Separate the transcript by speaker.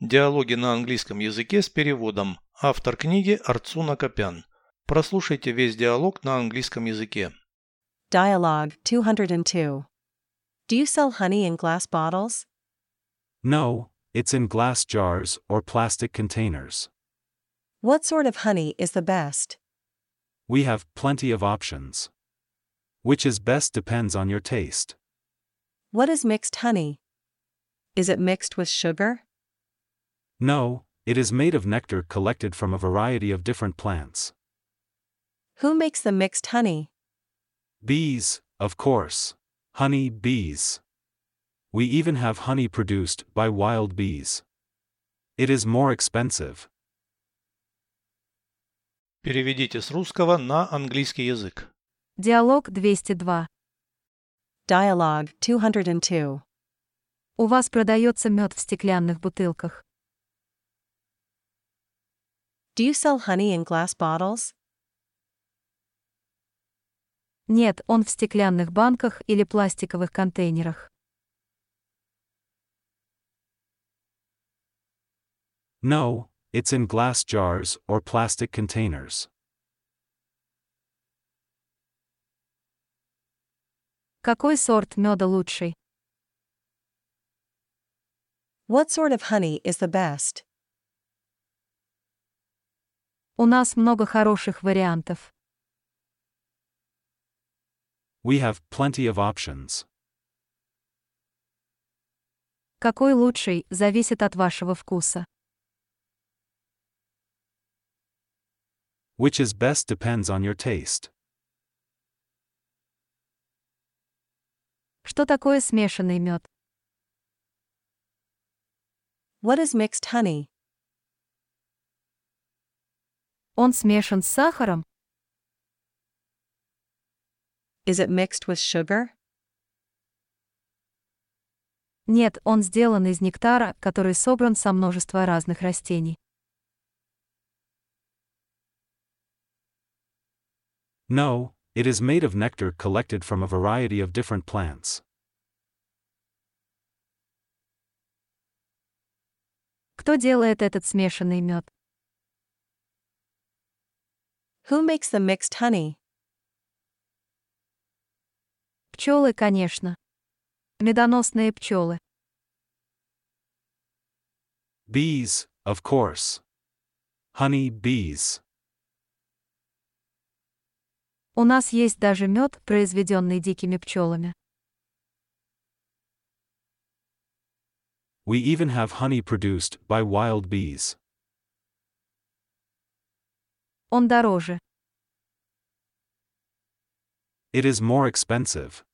Speaker 1: Диалоги на английском языке с переводом. Автор книги Арцуна Копян. Прослушайте весь диалог на английском языке.
Speaker 2: Dialogue 202. Do you sell honey in glass bottles?
Speaker 3: No, it's in glass jars or plastic containers.
Speaker 2: What sort of honey is the best?
Speaker 3: We have plenty of options. Which is best depends on your taste.
Speaker 2: What is mixed honey? Is it mixed with sugar?
Speaker 3: No, it is made of nectar collected from a variety of different plants.
Speaker 2: Who makes the mixed honey?
Speaker 3: Bees, of course. Honey bees. We even have honey produced by wild bees. It is more expensive.
Speaker 1: Переведите с русского на английский язык.
Speaker 4: Диалог 202.
Speaker 2: Dialogue 202.
Speaker 4: У вас продается мед в стеклянных бутылках.
Speaker 2: Do you sell honey in glass bottles?
Speaker 4: Нет, он в стеклянных банках или пластиковых контейнерах.
Speaker 3: No, it's in glass jars or plastic containers.
Speaker 4: Какой сорт меда лучший?
Speaker 2: What sort of honey is the best?
Speaker 4: У нас много хороших вариантов.
Speaker 3: We have plenty of options.
Speaker 4: Какой лучший, зависит от вашего вкуса.
Speaker 3: Which is best depends on your taste.
Speaker 4: Что такое смешанный мед?
Speaker 2: What is mixed honey?
Speaker 4: Он смешан с сахаром?
Speaker 2: Is it mixed with sugar?
Speaker 4: Нет, он сделан из нектара, который собран со множества разных растений.
Speaker 3: No, it is made of nectar collected from a variety of different plants.
Speaker 4: Кто делает этот смешанный мед?
Speaker 2: Who makes the mixed honey?
Speaker 4: Пчелы, конечно. Медоносные пчелы.
Speaker 3: Bees, of course. Honey bees.
Speaker 4: У нас есть даже мед, произведенный дикими пчелами.
Speaker 3: We even have honey produced by wild bees.
Speaker 4: Он дороже.
Speaker 3: It is more expensive.